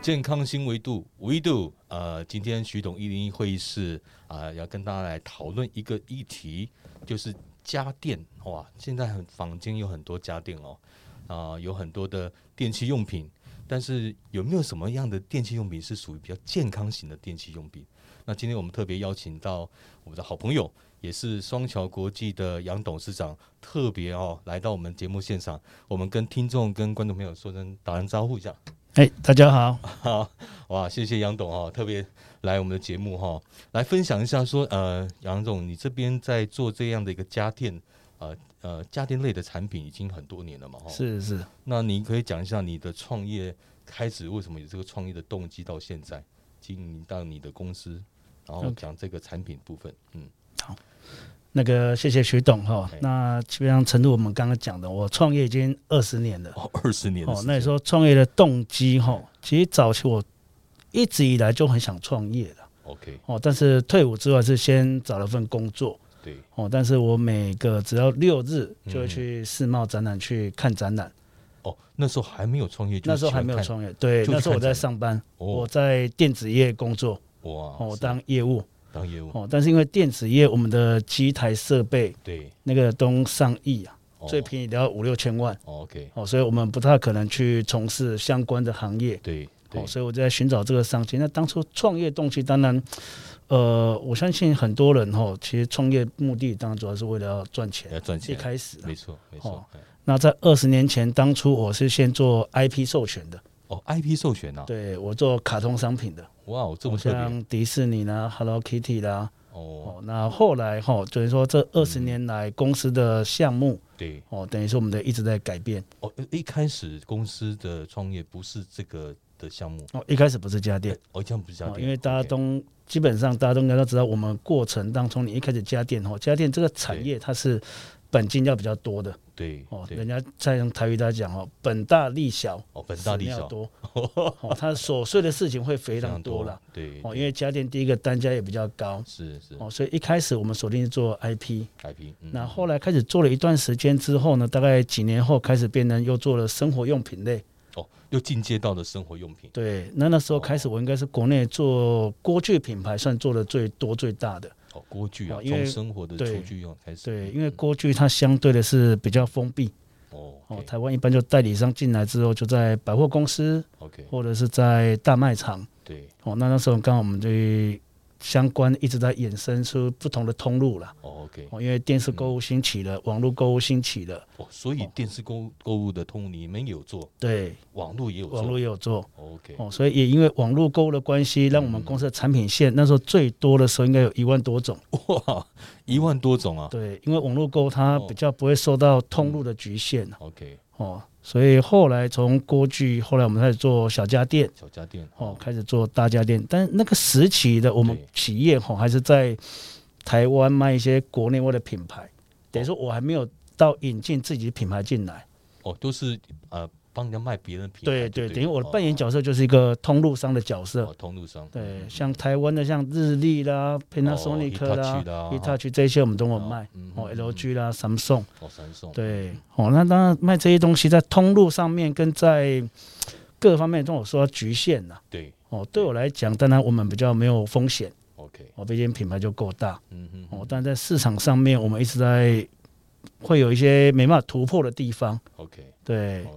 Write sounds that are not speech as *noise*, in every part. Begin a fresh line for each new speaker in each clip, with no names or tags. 健康新维度维度，呃，今天徐董一零一会议室啊、呃要跟大家来讨论一个议题，就是家电哇，现在很坊间有很多家电哦，啊、有很多的电器用品，但是有没有什么样的电器用品是属于比较健康型的电器用品？那今天我们特别邀请到我们的好朋友，也是双桥国际的杨董事长，特别哦来到我们节目现场，我们跟听众跟观众朋友说声打声招呼一下。
哎、大家好，
好，哇，谢谢杨董哈、哦，特别来我们的节目哈、哦，来分享一下说，呃，杨总，你这边在做这样的一个家电，呃呃，家电类的产品已经很多年了嘛哈、哦，
是是，
那你可以讲一下你的创业开始为什么有这个创业的动机，到现在经营到你的公司，然后
OK
讲这个产品部分，嗯，
那个谢谢徐董哈
哎。
那基本上诚如我们刚刚讲的，我创业已经二十年了
哦，二十年的
哦
时。
那
间，哎
你说创业的动机哈，其实早期我一直以来就很想创业了
OK，
哦，但是退伍之后还是先找了份工作
对，
哦，但是我每个只要六日就会去世贸展览去看展览，
哦，那时候还没有创业，就
那时候
喜欢
还没有
看，
创业，对，
就去
那时候我
看展
在
览
上班，我
哦，
在电子业工作
哇，
哦，
是
当业务
当业务，
哦，但是因为电子业我们的机台设备
对，
那个都上亿啊。
哦
最便宜都要五六千万
哦，OK，
哦，所以我们不太可能去从事相关的行业
对对
哦，，所以我就在寻找这个商机。那当初创业动机，当然，呃，我相信很多人哦，其实创业目的当然主要是为了要赚钱，
要赚
一
钱，
开始啊
没错没错
哦，
哎
那在二十年前，当初我是先做 IP 授权的，
哦，IP 授权啊，
对我做卡通商品的，
哇哦，这么
哦
特别
像迪士尼啦、Hello Kitty 啦，
哦，嗯
哦，那后来哈、哦，等于说这二十年来公司的项目
对
哦，等于说我们的一直在改变
哦，呃一开始公司的创业不是这个的项目，
哦，一开始不是家电
哎。哦，这样不是家
哦，
电，
因为大家
OK
都基本上大家都应该都知道，我们过程当中，你一开始家电哦，家电这个产业它是本金要比较多的
对
哦，
对
人家在用台语来讲哦，本大利小，
哦，本大利
死
小
尿
*laughs*
多，哦，它琐碎的事情会非常多了
了，对
哦，
对
因为家电第一个单价也比较高
是是
哦，所以一开始我们锁定是做 IP，
IP，嗯
那
嗯
后来开始做了一段时间之后呢，大概几年后开始变成又做了生活用品类，
哦又进阶到了生活用品，
对，那那时候开始
哦
我应该是国内做锅具品牌算做的最多最大的。
哦锅具啊，
哦因为
从生活的
对
厨具用开始，
对，
嗯
因为锅具它相对的是比较封闭
哦
哦，台湾一般就代理商进来之后，就在百货公司
OK
或者是在大卖场
对
哦。那那时候刚好我们对相关一直在衍生出不同的通路啦。
哦 OK
哦，因为电视购物兴起了，网络购物兴起了，
哦，所以
哦
电视购购物的通路你们有做，
对，
网络也有
网络
做
也有做
，OK
哦，所以也因为网络购物的关系，让我们公司的产品线那时候最多的时候应该有一万多种。
哇一万多种啊
对，因为网络购物它
哦
比较不会受到通路的局限。
，OK
哦，所以后来从锅具，后来我们开始做小家电，
小家电
哦，开始做大家电，但那个时期的我们
对
企业哦，还是在台湾卖一些国内外的品牌，
哦
等于说我还没有到引进自己品牌进来，
哦，都是呃帮人家卖别人品牌
对
就对
对，
了，
等于我的扮演
哦
角色就是一个通路商的角色，
哦，通路商
对，像台湾的像日立啦、Panasonic 啦、
哦 Hitachi 啦
Hitachi 这些我们都有卖，
嗯
哦
嗯
，LG 啦、Samsung。
哦，三送
对，哦，那当然卖这些东西在通路上面跟在各方面都有受到局限了。
对
哦，对我来讲，当然我们比较没有风险，
，OK，
哦，毕竟品牌就够大。
嗯哼
哦，但在市场上面，我们一直在会有一些没办法突破的地方。
，OK，
对，
哦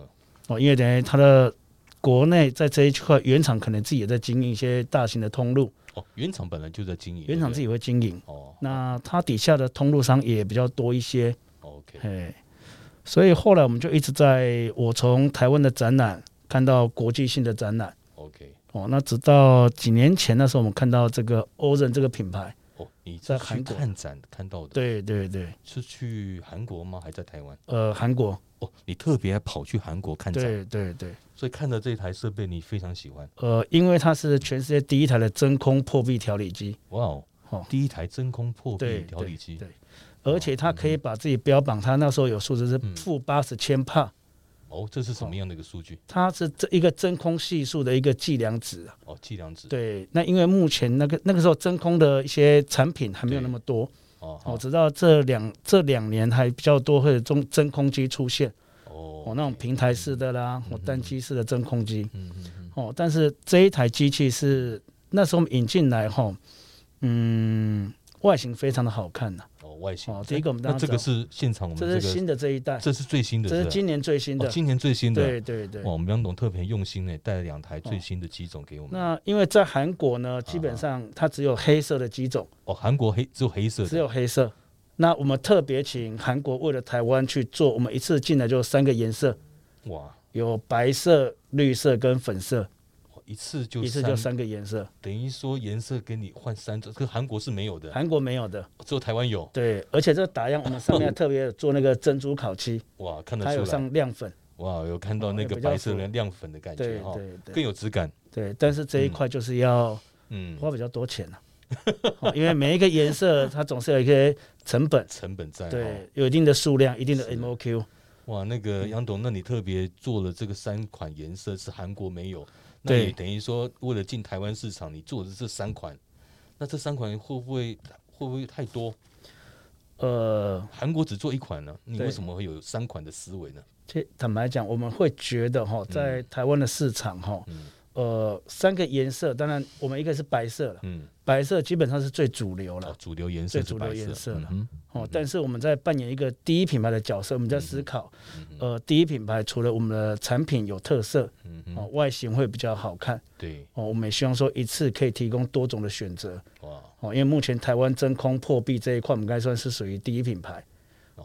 哦，因为等于它的国内在这一块原厂可能自己也在经营一些大型的通路，
哦，原厂本来就在经营，
原厂
己
自己会经营，
哦
那它底下的通路商也比较多一些。
，OK，
嘿，所以后来我们就一直在我从台湾的展览看到国际性的展览
OK，
哦，那直到几年前那时候，我们看到这个 Ozen 这个品牌，
哦，你
在
是去
韩国
看展看到的，
对对对，
是去韩国吗？还在台湾？
呃，韩国，
哦，你特别还跑去韩国看展，
对对对，
所以看了这台设备你非常喜欢，
呃，因为它是全世界第一台的真空破壁调理机，
哇哦
哦，
第一台真空破
对
壁调理机
对，对而且
哦嗯
它可以把自己标榜，它那时候有数字是负八十千帕，
哦，这是什么样的一个数据？
它是这一个真空系数的一个计量值啊。
哦，计量值，
对，那因为目前那个那个时候真空的一些产品还没有那么多，
哦，好
哦，直到这两这两年还比较多会有中真空机出现，
哦
哦，那种平台式的啦，哦，单机式的真空机，
嗯嗯嗯，
哦，但是这一台机器是那时候我们引进来哈，嗯，外形非常的好看呐、
哦，外形
哦，第一个我们当
那
然
这个
知道
是现场我们
这是
这个
新的这一代，
这是最新的，
这
不
是今年最新
哦
的，
今年最新的。哦
对对对
哇，。我们杨董特别用心呢，带了两台最
哦
新的机种给我们。
那因为在韩国呢，基
啊
本上它只有黑色的机种，
哦，韩国黑只有黑色的，
只有黑色。那我们特别请韩国为了台湾去做，我们一次进来就三个颜色，
哇，
有白色、绿色跟粉色，
哦一次就
一次就，三个颜色，
等于说颜色给你换三种，可韩国是没有的，
韩国没有的。
只有台湾有。
对，而且这个打样我
*coughs*
们上面特别有做那个珍珠烤漆，
哇，看得
它
出
有
来。
上亮粉。
哇，有看到
哦
那
也
个
比较
白色
符
的亮粉的感
对
觉哈，
对
更
对
有质感。
对，但是这一块就是要
嗯，
花比较多钱了、 *laughs* 哦因为每一个颜色它总是有一些成本，
成本在。
对，有一定的数量，一定的
是
MOQ。
哇，那
嗯
个杨董，那你特别做了这个三款颜色是韩国没有，那
对
你等于说为了进台湾市场，你做的这三款，那这三款会不会会不会太多？
呃，
韩国只做一款呢，你
对
为什么会有三款的思维呢？
其实坦白讲，我们会觉得哈，在台湾的市场哈，
嗯
呃，三个颜色，当然我们一个是白色了，
嗯，
白色基本上是最主流
哦
了，
主流颜色
最
是
主流
白
颜色
色
了
嗯
哦。但是我们在扮演一个第一品牌的角色，我们在思考，
嗯
呃，第一品牌除了我们的产品有特色
哼嗯
哦
哼，，
外形会比较好看
对，
哦，我们也希望说一次可以提供多种的选择
哇，
哦，因为目前台湾真空破壁这一块，我们该算是属于第一品牌，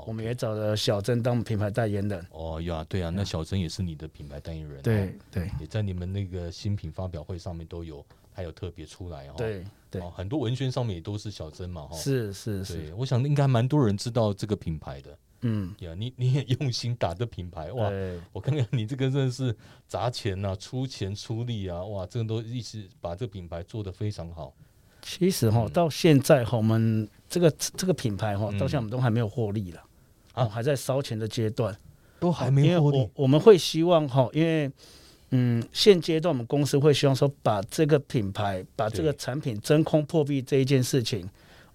我们也找了小珍当我们品牌代言人，
哦呀，对啊，那小珍也是你的品牌代言人，
嗯
啊
对对
也在你们那个新品发表会上面都有，还有特别出来哦。
对对
哦，很多文宣上面也都是小珍嘛哈。。
是是是，
对，我想应该蛮多人知道这个品牌的
嗯，呃
呀。你你也 *laughs* 用心打的品牌哇！嗯
对。
我看看你这个真的是砸钱呐、出钱出力啊，哇，这个都一直把这个品牌做得非常好。
其实哈，
嗯
到现在哈，我们这个这个品牌哈，
嗯
到现在我们都还没有获利了，
啊
啊，还在烧钱的阶段，
都还没
因为
获
我
利，
我们会希望哈，因为嗯，现阶段我们公司会希望说，把这个品牌、把这个
对
产品真空破壁这一件事情，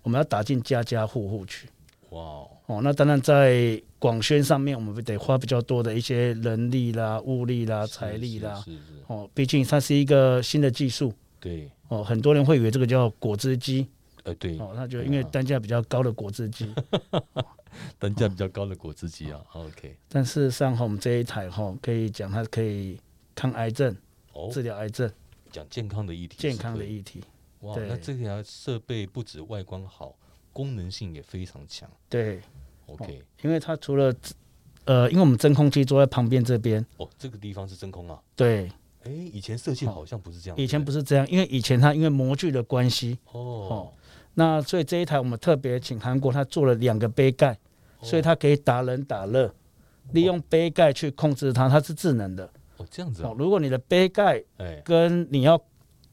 我们要打进家家户户去。
哇哦，
哦，那当然在广宣上面，我们得花比较多的一些人力啦、物力啦、
是
财力啦。
是是是，
哦，毕竟它是一个新的技术。
对，
哦，很多人会以为这个叫果汁机，
呃，对，啊
哦，那就因为单价比较高的果汁机，
单价比较高的果汁机啊，OK，
哦但事实上哈，我们这一台哈，可以讲它可以抗癌症、
哦，
治疗癌症、
讲健康的议题是可以，
健康的议题。
哇，
对
那这条设备不止外观好，功能性也非常强。
对，哦
OK，
因为它除了呃，因为我们真空机坐在旁边这边，
哦这个地方是真空啊。
对，
哎，以前设计好像不是这样，
哦以前不
是
是这样，因为以前它因为模具的关系，
哦
哦，那所以这一台我们特别请韩国，它做了两个杯盖，所以
哦
它可以打冷打热，利用杯盖去控制它，它是智能的。
哦这样子
哦
啊，，
如果你的杯盖
哎，
跟你要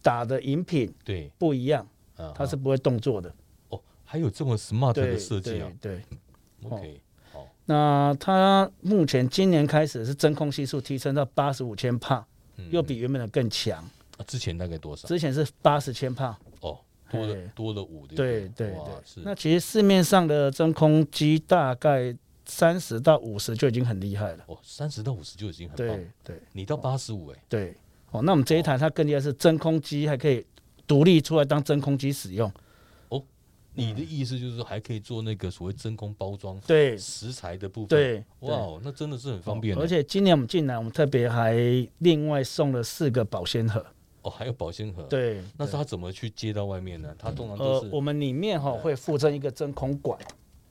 打的饮品
对
不一样，
啊，
它是不会动作的。
哦，还有这么 smart
对
的设计啊
对哦对，
，OK，好，
那它目前今年开始是真空系数提升到八十五千帕，
嗯
又比原本的更强。
啊之前大概多少？
之前是八十千帕，
哦，多了
嘿
多了五，
对
不
对
哇
对。
是
那其实市面上的真空机大概三十到五十就已经很厉害了。
哦，三十到五十就已经很棒，
对哦对
你到八十五哎，
对，哦，那我们这一台它更厉害是真空机还可以独立出来当真空机使用。
你的意思就是说还可以做那个所谓真空包装
嗯对
食材的部分，，
对，
哇
对，
哦，那真的是很方便欸，
而且今年我们进来，我们特别还另外送了四个保鲜盒。
哦还有保鲜盒，
对，
那
对
是他怎么去接到外面呢？他通常
呃
都，
我
是
们里面哈会附赠一个真空管，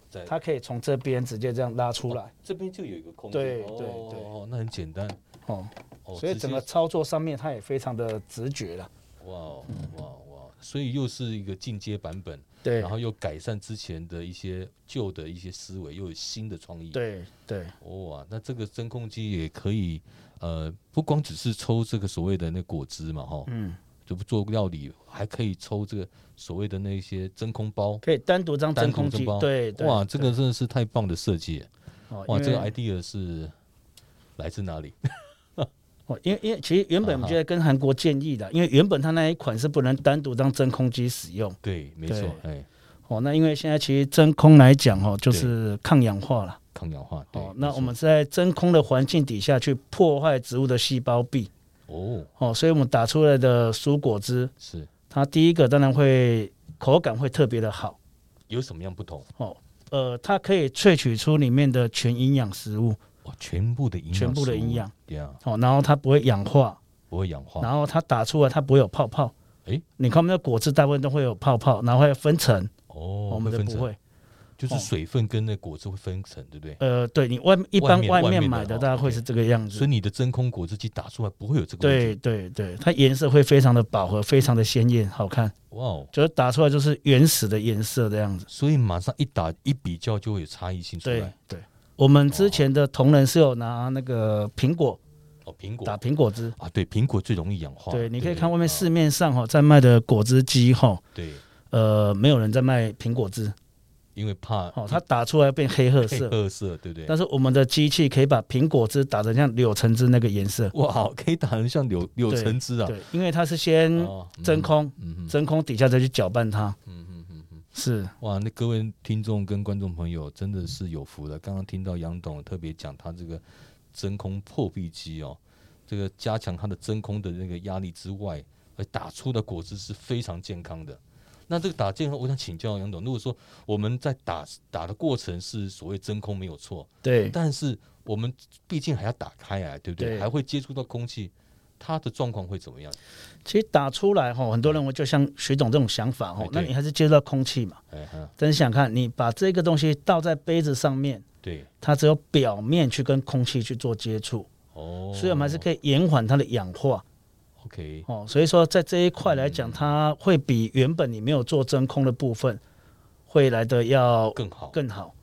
在
它可以从这边直接这样拉出来
这边就有一个空间，
对
哦
对对
哦，那很简单
哦，
哦，
所以
直
整
接
个操作上面它也非常的直觉了。
哇哦哇哦哇哦，所以又是一个进阶版本，
对
然后又改善之前的一些旧的一些思维，又有新的创意，
对对
哦哇，那这个真空机也可以，呃，不光只是抽这个所谓的那果汁嘛，哈，
嗯，
就不做料理，还可以抽这个所谓的那些真空包。
可以单独当真
单独
空
真
机
包，。
对，对
哇，这个真的是太棒的设计！
哦
哇，
因
这个
为
idea 是来自哪里？
哦，因为因为其实
啊
原本我们就在跟韩国建议的，因为原本它那一款是不能单独当真空机使用。
对，没错，哎，
哦，那因为现在其实真空来讲哦，就是抗氧化了。
抗氧化。对
哦，，那
没错
我们是在真空的环境底下去破坏植物的细胞壁，
哦，
哦，所以我们打出来的蔬果汁，
是
它第一个当然会口感会特别的好，
有什么样不同？
呃，它可以萃取出里面的全营养食物，
哇，全部的营养，
全部的营养，
对啊，
哦，然后它不会氧化，
不会氧化，
然后它打出来它不会有泡泡。
哦诶
你看我们的果汁大部分都会有泡泡，然后会分层，
哦，
我
会
们的
分
不
层，
会。
就是
哦
水分跟那果汁会分层，对不对？
呃，对你外一
外
般
面
外
外面
面
的
买的
哦
大概会是这个样
所
子
以。你的真空果汁机打出来不会有这个问
对
题。
对对，它颜色会非常的饱和，非常的鲜艳，好看，
哇哦，
就是打出来就是原始的颜色这样子。
所以马上一打一比较就会有差异性出
对
来。
对，我们之前的同仁是有拿那个苹果
哦，苹果
打苹果汁，
啊，对，苹果最容易氧化。
对，你可以
不
看外面
啊
市面上哈在卖的果汁机哈，
对，
呃，没有人在卖苹果汁，
因为怕
哦，它打出来变黑褐
配
色，
啊褐色，对不对？
但是我们的机器可以把苹果汁打成像柳橙汁那个颜色。
哇，可以打成像柳柳橙汁哦啊！
对，因为它是先
哦嗯
真空，
嗯哼
真空底下再去搅拌它。嗯嗯嗯嗯，是
哇，那各位听众跟观众朋友真的是有福了。刚刚听到杨董特别讲他这个真空破壁机哦，这个加强它的真空的那个压力之外，而打出的果汁是非常健康的。那这个打健康，我想请教杨董，如果说我们在打打的过程是所谓真空没有错，
对。
但是我们毕竟还要打开来，对不对？
对
还会接触到空气，它的状况会怎么样？
其实打出来哈，很多人我就像徐总这种想法
哎
哈
对，
那你还是接触到空气嘛。
哎哈，
真想看，你把这个东西倒在杯子上面，
对，
它只有表面去跟空气去做接触，
哦，
所以我们还是可以延缓它的氧化
OK，
哦。所以说，在这一块来讲，它会比原本你没有做真空的部分，会来的要
更好，
更好。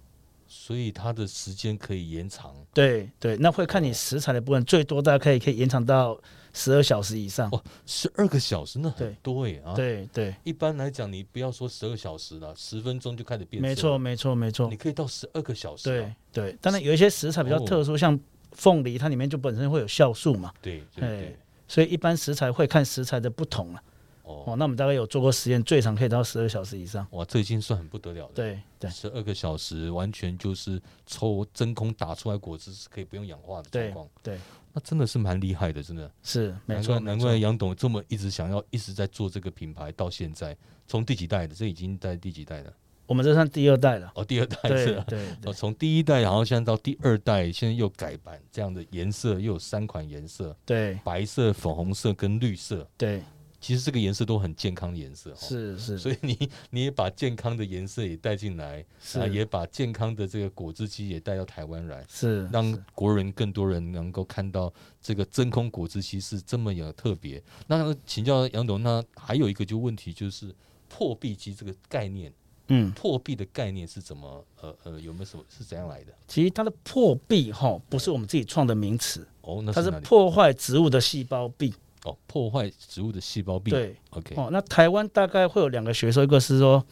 所以它的时间可以延长。
对对，那会看你食材的部分，最多大概可以可以延长到十二小时以上。
哇，十二个小时那很
对
多哎啊！
对对，
一般来讲，你不要说十二小时了，十分钟就开始变色
没错，没错没错
你，可以到十二个小时
对
啊。
对。当然有一些食材比
哦
较特殊，像凤梨，它里面就本身会有酵素嘛，
对对
哎
对，
所以一般食材会看食材的不同了。
哦，
哦，那我们大概有做过实验，最长可以到十二小时以上。
哇，这已经算很不得了了。
对对
十二个小时完全就是抽真空打出来果汁是可以不用氧化的状
对
况，
对，
那真的是蛮厉害的，真的。
是没
难
错
怪
没
难
错
怪。杨董这么一直想要一直在做这个品牌，到现在从第几代的？这已经在第几代了？
我们这算第二代了。
哦，第二代
对
是
对
吧
对
哦，从第一代，然后现在到第二代，现在又改版，这样的颜色又有三款颜色：
对
白色、粉红色跟绿色。
对，
其实这个颜色都很健康的颜色、哦，，
是是
哦所以你你也把健康的颜色也带进来，啊，
是
也把健康的这个果汁机也带到台湾来，
是，
让国人更多人能够看到这个真空果汁机是这么有特别。那请教杨董，那还有一个就问题就是破壁机这个概念，
嗯，
破壁的概念是怎么呃呃有没有什么是怎样来的？
其实它的破壁哈，不是我们自己创的名词，
哦，那
它
是
是
哪里？
破坏植物的细胞壁。
哦，破坏植物的细胞壁。
对，
，OK，
哦，那台湾大概会有两个学说，一个是说，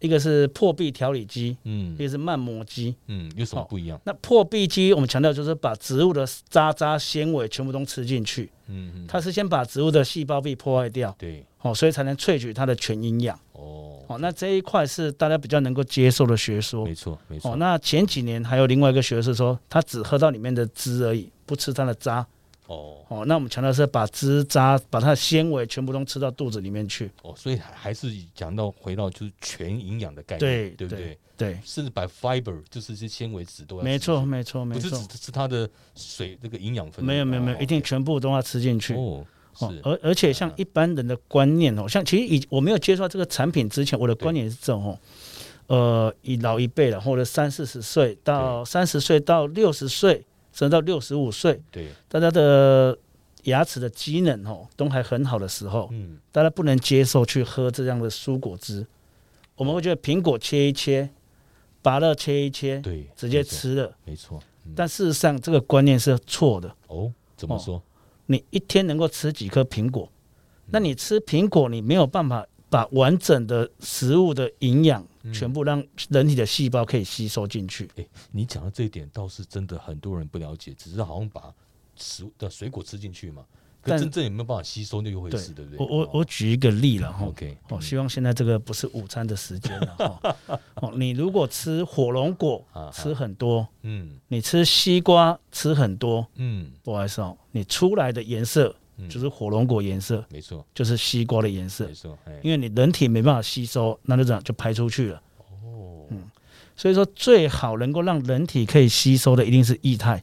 一个是破壁调理机，
嗯
一个是慢磨机。
嗯，有什么
哦
不一样？
那破壁机，我们强调就是把植物的渣渣纤维全部都吃进去，
嗯，嗯
它是先把植物的细胞壁破坏掉，
对，
哦，所以才能萃取它的全营养。
哦，
哦，那这一块是大家比较能够接受的学说
没。错没
哦，
错，
那前几年还有另外一个学说说，他只喝到里面的汁而已，不吃它的渣。
哦
哦，那我们强调是把汁渣、把它的纤维全部都吃到肚子里面去。
哦，所以还还是讲到回到就是全营养的概念，
对
对不对？
对，
甚至把 fiber 就是这些纤维质都要
没
吃进
错，
去，
没错，没
不是
错。
只是它的水那个营养分，
没有没有没有，
哦
一定全部都要吃进去。
哦，
哦
是，啊
而而且像一般人的观念哦，像其实以我没有接触到这个产品之前，我的观念是这种哦，呃，以老一辈了，或者三四十岁到三十岁到六十岁，甚至到六十五岁，
对，
大家的牙齿的机能哦都还很好的时候，
嗯，
大家不能接受去喝这样的蔬果汁，我们会觉得苹果切一切，芭乐切一切，
对，
直接
没错，
吃了。
没错，嗯
但事实上，这个观念是错的。
哦，怎么
哦
说？
你一天能够吃几颗苹果？
嗯
那你吃苹果，你没有办法把完整的食物的营养
嗯
全部让人体的细胞可以吸收进去。
诶，你讲到这一点，倒是真的很多人不了解，只是好像把食物的水果吃进去嘛，可
但
真正有没有办法吸收那一回事，对不对？
我我
哦
我举一个例了哈。
OK，嗯
哦，希望现在这个不是午餐的时间了哈。
*laughs*
哦，你如果吃火龙果
啊啊
吃很多，
嗯
你吃西瓜吃很多，
嗯
不好意思哦，你出来的颜色
嗯
就是火龙果颜色，
没错，
就是西瓜的颜色
没。错，哎，
因为你人体没办法吸收，那就这样就排出去了。
哦，
嗯所以说，最好能够让人体可以吸收的，一定是液态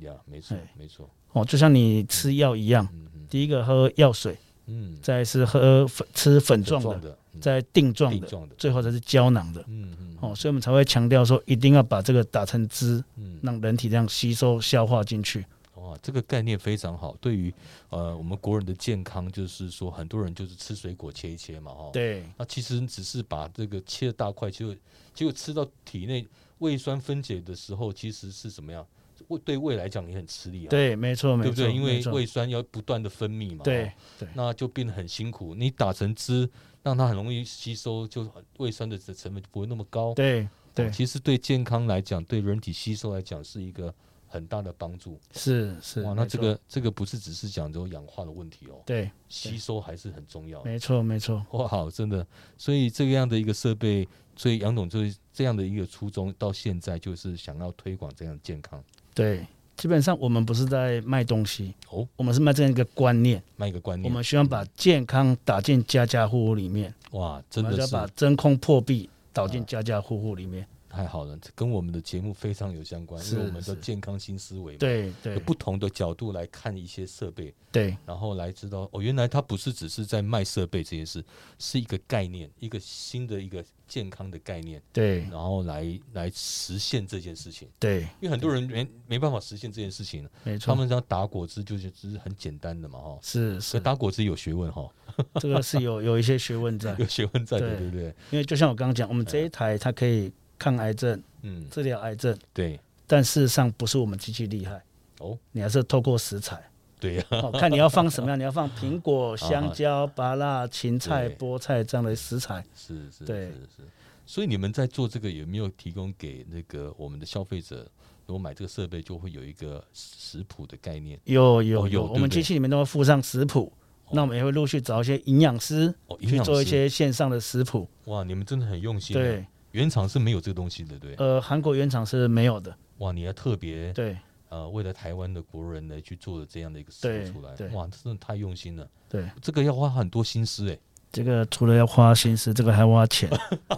呀，没错
哎，
没错，
哦，就像你吃药一样，
嗯嗯
第一个喝药水，
嗯，
再来是喝粉吃粉状
状
的，
的，嗯
再来定状
定
的，
状的，
最后才是胶囊的。
嗯嗯
哦，所以我们才会强调说，一定要把这个打成汁，
嗯，
让人体这样吸收消化进去。
哇，这个概念非常好。对于呃我们国人的健康，就是说很多人就是吃水果切一切嘛，哦哈。。
对，
那其实只是把这个切了大块，结果结果吃到体内胃酸分解的时候，其实是怎么样？胃对胃来讲也很吃力啊，
对，没错，没
对不
错，
对？因
没
为
错
胃酸要不断的分泌嘛，
对
哈，那就变得很辛苦。你打成汁，让它很容易吸收，就很胃酸的成本就不会那么高。
对对，
其实对健康来讲，对人体吸收来讲是一个很大的帮助。
是是。
哇，那
没
这
错
个这个不是只是讲这种氧化的问题哦，
对，
吸收还是很重要的。
没错没错，
哇，好，真的，所以这样的一个设备，所以杨总就是这样的一个初衷，到现在就是想要推广这样的健康
对。基本上我们不是在卖东西，
哦，
我们是卖这样一个观念。
卖一个观
我
念。
们希望把健康打进家家户户里面，
哇，
我
真
们
的
要
是啊
把真空破壁导进家家户户里面。
太好了，这跟我们的节目非常有相关，因为
是
我们的
是
健康新思维嘛，
对
有
对
不同的角度来看一些设备，
对
然后来知道哦，原来它不是只是在卖设备这件事，是一个概念，一个新的一个健康的概念，
对
然后来来实现这件事情。
对，
因为很多人没没办法实现这件事情，
没
他
错，
们想打果汁就是只是很简单的嘛哈，
嗯是
所
是
以，打果汁有学问
*laughs*
哈，
这个是有有一些学问
*laughs*，
在
有学问在的，
对
对不对？
因为就像我刚刚讲，我们这一台它可以抗癌症、
嗯，
治疗癌症，
对，
但事实上不是我们机器厉害，
哦，
你还是透过食材，
对啊呀，
*laughs* 哦，看你要放什么样，你要放苹果、
啊
香蕉、芭辣、芹菜、
对
菠菜这样的食材。
*laughs* 是是
对
是是，所以你们在做这个有没有提供给那个我们的消费者，如果买这个设备就会有一个食谱的概念
有
哦
有
有
有，
对
我们
不对
机器里面都会附上食谱，那我们也会陆续找一些营养师
哦，营
去
养
做一
师，
些线上的食谱。
哇，你们真的很用心，，啊
对，
原厂是没有这个东西的，对，
呃，韩国原厂是没有的。
哇，你还特别
对
呃为了台湾的国人来去做的这样的一个食
对
谱出来
对，
哇，真的太用心了，
对，
这个要花很多心思哎。
这个除了要花心思，这个还要花钱 *laughs*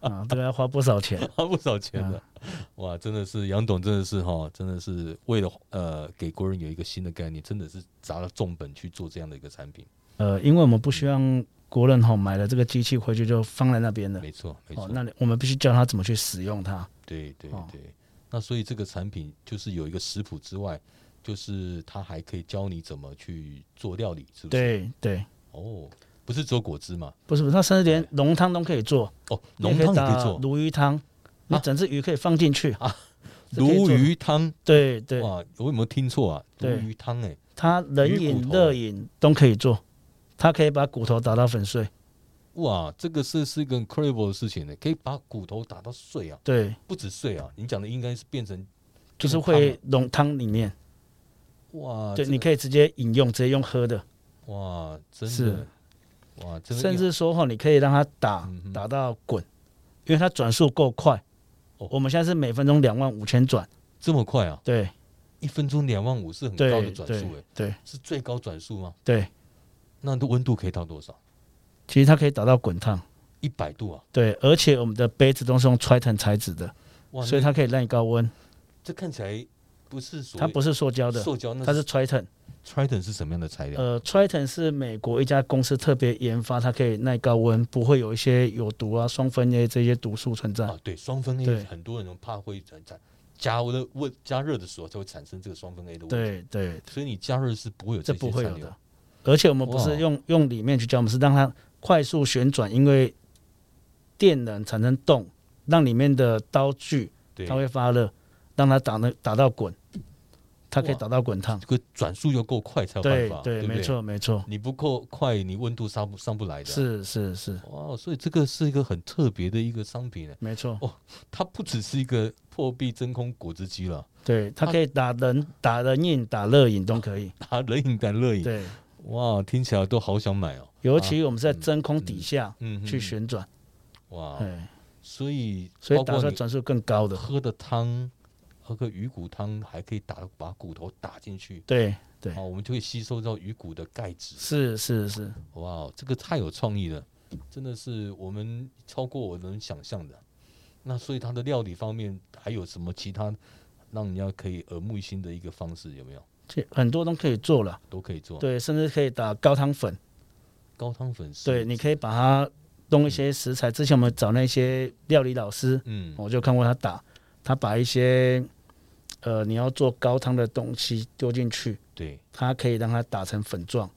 啊，这个要花不少钱。
花不少钱
啊
的，哇，真的是杨董，真的是哈，真的是为了呃给国人有一个新的概念，真的是砸了重本去做这样的一个产品，
呃，因为我们不希望国人哈买了这个机器回去就放在那边的。
没错，没错
哦，，那你我们必须教他怎么去使用它。
对对
哦
对。那所以这个产品就是有一个食谱之外，就是它还可以教你怎么去做料理，是不是？，
对对，
哦，不是只有果汁嘛，
不是不是，它甚至连浓汤都可以做，
哦，浓汤也可以
打
做，
鲈鱼汤，你整只鱼可以放进去
啊
是可以做
鲈
的。
鱼汤，
对对，
哇，我有没有听错啊？鲈
对
鱼汤哎、
它冷
鱼骨
饮、
头
热饮都可以做，它可以把骨头打到粉碎。
哇，这个是是一个 incredible 的事情呢、哎可以把骨头打到碎啊。
对，
不止碎啊，你讲的应该是变成
就是
这个
会浓汤里面，
汤啊哇，
对，
这
你
个
可以直接饮用，直接用喝的，
哇，真的
是
哇，真的
甚至说哈，你可以让它打
嗯哼
打到滚，因为它转速够快。
哦
我们现在是每分钟两万五千转，
这么快啊，
对
一分钟两万五是很高
对
的转速诶、
对对
是最高转速吗？
对，
那的温度可以到多少？
其实它可以打到滚烫，
一百度啊，
对，而且我们的杯子都是用 Triton 材质的，
哇，
所以
那
它可以耐高温，
这看起来不是所
它不是塑胶
是
的，
塑胶，那
它是 Triton。
Triton 是什么样的材料？
呃，Triton 是美国一家公司特别研发，它可以耐高温，不会有一些有毒啊、双酚 A 这些毒素存在。
啊，对，双酚 A
呃对
很多人怕会产产加热温加热的时候才会产生这个双酚 A 的问题，
对对，
所以你加热是不会有
这
些
不会有
残留
的。。而且我们不
哇
是用用里面去教，我们是让它快速旋转，因为电能产生动，让里面的刀具
对，
它会发热，让它打那打到滚，它可以
哇
打到滚烫。
这个转速要够快才有办
对
法，
对，
不
没错没错，
你不够快，你温度上不上不来的。啊
是是是，
哇，所以这个是一个很特别的一个商品呢，
没错。
它不只是一个破壁真空果汁机了，
对，它
它
可以打冷打冷饮、打热饮都可以。
它冷饮弹热饮，
对。
哇，听起来都好想买哦。
尤其我们是在
嗯
真空底下
嗯哼，
去旋转，
哇，
哎，
所以
所以
包
打出
括
来
你
转速更高
*laughs*
的。
喝的汤，喝个鱼骨汤还可以打把骨头打进去，
对对
哦，我们就会吸收到鱼骨的钙质。
是是是，
哇，这个太有创意了，真的是我们超过我能想象的。那所以它的料理方面还有什么其他让人家可以耳目一新的一个方式有没有？
这很多都可以做了，
都可以做。
对，甚至可以打高汤粉，
高汤粉丝，
对，你可以把它弄一些食材。之前我们找那些料理老师，
嗯，
我就看过他打，他把一些呃你要做高汤的东西丢进去，
对，
它可以让它打成粉状，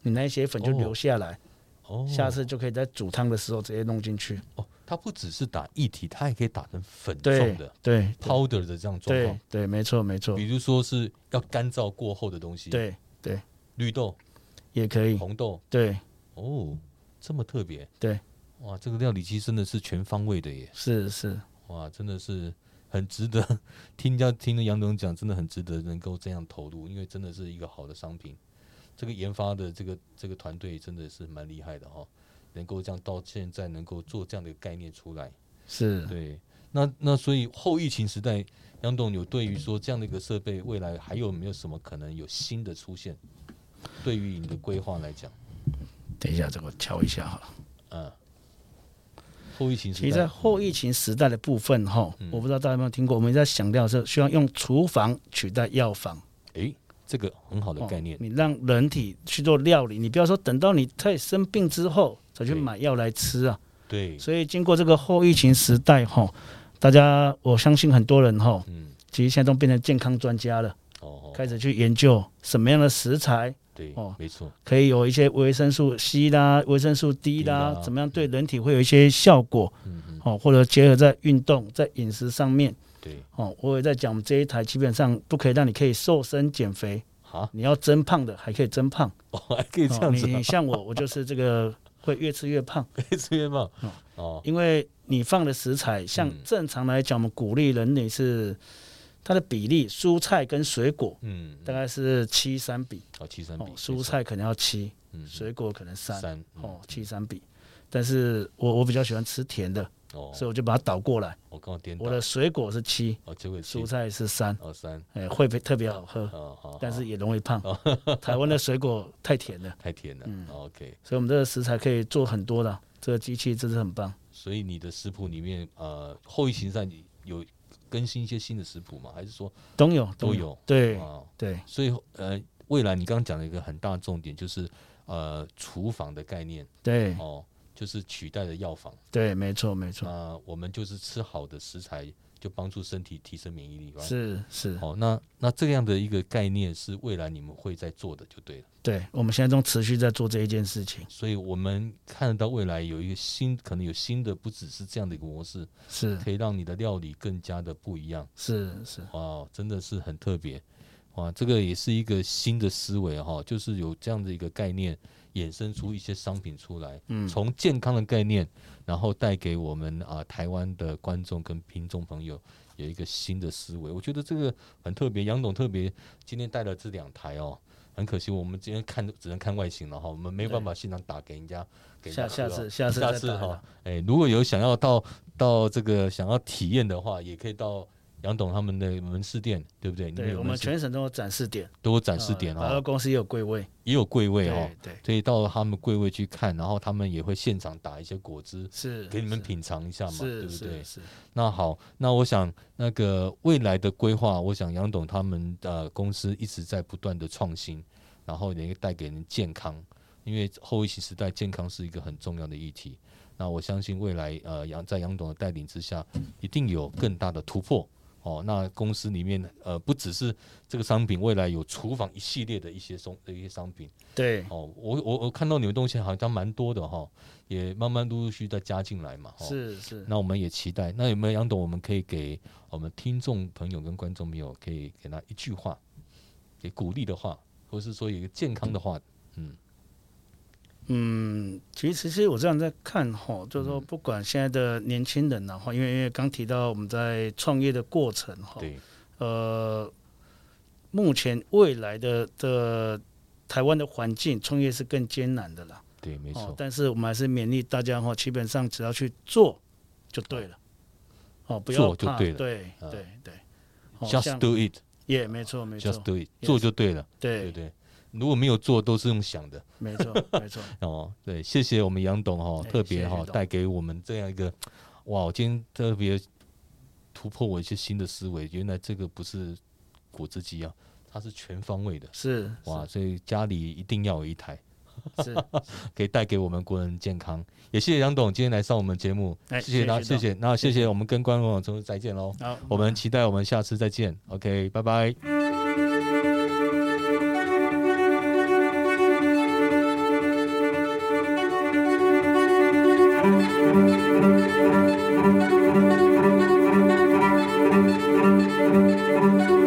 你那些粉就
哦
留下来，
哦，
下次就可以在煮汤的时候直接弄进去。
哦，它不只是打液体，它也可以打成粉状
对
的
对
powder 的这样状
对
况，
对，没错没错，
比如说是要干燥过后的东西，，
对
绿豆、
也可以，
红豆，
对
哦，这么特别，
对，
哇，这个料理机真的是全方位的耶，
是是，
哇，真的是很值得听家听了杨总讲，真的很值得能够这样投入，因为真的是一个好的商品。这个研发的这个这个团队真的是蛮厉害的哈、能够这样到现在能够做这样的概念出来，
是
对，那那所以后疫情时代，杨董有对于说这样的一个设备，未来还有没有什么可能有新的出现？对于你的规划来讲，
等一下，这个敲一下好了。
嗯，后疫情
其
时
实，在
代，
后疫情时代的部分，哈、我不知道大家有没有听过，我们在想料的时候，希望用厨房取代药房
诶，这个很好的
哦
概念，
你让人体去做料理，你不要说等到你太生病之后才去
对
买药来吃啊。
对，
所以经过这个后疫情时代，哈，大家我相信很多人哈，
嗯，
其实现在都变成健康专家了，
哦，
开
哦
始去研究什么样的食材
对
哦，
没错，
可以有一些维生素 C 啦、维生素 D 啦
低，啦
怎么样对人体会有一些效果
嗯嗯，
哦，或者结合在运动、在饮食上面。
对，
哦，我也在讲，我们这一台基本上不可以让你可以瘦身减肥，
好， *laughs*
你要增胖的还可以增胖。
哦，还可以这
哦、
样子
你你像我，我就是这个会越吃越胖，
啊，这边嘛，哦，
因为你放的食材，像
嗯
正常来讲，我们鼓励人类是它的比例，蔬菜跟水果
嗯，
大概是七三比，
哦，七三比
哦，，蔬菜可能要七，
嗯，嗯
水果可能三，
三，嗯
哦，七三比。但是我我比较喜欢吃甜的，
哦，
所以我就把它倒过来，
我刚刚颠倒
我，的水果是七，
哦，结果
蔬
七，
菜是三，
哦，三，
哎，会不会特别好喝。
哦，好，
但
好
是也容易胖。台湾的水果太甜了，
太甜了，OK。
嗯
哦
所以我们这个食材可以做很多的，这个机器真是很棒。
所以你的食谱里面，呃，后疫情上你有更新一些新的食谱吗？还是说
都有，
都
有
有，
对
啊？
对
所以呃，未来你刚刚讲了一个很大的重点，就是呃，厨房的概念
对
哦，就是取代了药房。
对，没错没错，
那我们就是吃好的食材，就帮助身体提升免疫力，right？
是是，
哦，那那这样的一个概念是未来你们会在做的，就对了。
对，我们现在都持续在做这一件事情，
所以我们看得到未来有一个新，可能有新的，不只是这样的一个模式，
是
可以让你的料理更加的不一样。
是是，
哇，真的是很特别，哇，这个也是一个新的思维哈、就是有这样的一个概念，衍生出一些商品出来，
嗯
从健康的概念，然后带给我们啊、台湾的观众跟听众朋友有一个新的思维，我觉得这个很特别，杨董特别今天带了这两台哦。很可惜，我们今天看只能看外形了哈，我们没办法现场打给人家。给人家
下下
喝哦
次下次
下
再
次
打
哈
了，
哎、如果有想要到到这个想要体验的话，也可以到杨董他们的门市店，对不对？你
对
有
我
门
们
市
全省都有展示点，呃
都有展示点
百货
哦，
公司也有柜位，
也有柜位哦
对，对
所以到他们柜位去看，然后他们也会现场打一些果汁
是
给你们
是
品尝一下嘛，对
是
不对
是？是，
那好，那我想那个未来的规划，我想杨董他们呃公司一直在不断的创新，然后也带给人健康，因为后疫情时代健康是一个很重要的议题。那我相信未来呃杨在杨董的带领之下，一定有更大的突破哦。那公司里面呃不只是这个商品，未来有厨房一系列的一些商的一些商品。
对
哦，我我我看到你们东西好像蛮多的哈、也慢慢陆陆续续再加进来嘛。哦、
是是，
那我们也期待。那有没有杨董，我们可以给我们听众朋友跟观众朋友，可以给他一句话，给鼓励的话，或是说一个健康的话，
嗯，其实其实我这样在看哈，就
嗯
是说不管现在的年轻人然后因为因为刚提到我们在创业的过程哈，
对，
呃，目前未来的的台湾的环境，创业是更艰难的啦。
对，没错，
但是我们还是勉励大家哈，基本上只要去做就对了。哦，不要
做就
怕，
对了
对
啊
对对。哦
j u s
像
t do it，
也没错没错
just，do it，
Yes
做就对了，对
对
不，对？如果没有做，都是用想的
没错没错，
哦。对，谢谢我们杨董哦，
哎
特别
谢
哈
谢董
带给我们这样一个，哇，我今天特别突破我一些新的思维，原来这个不是果汁机啊，它是全方位的
是
哇，所以家里一定要有一台，
是是，
可以带给我们国人健康。也谢谢杨董今天来上我们节目，
哎
谢谢大家，
谢
谢
谢
谢，那谢谢我们跟观众朋友再见喽。
好，
我们期待我们下次再见，OK，拜拜。
Thank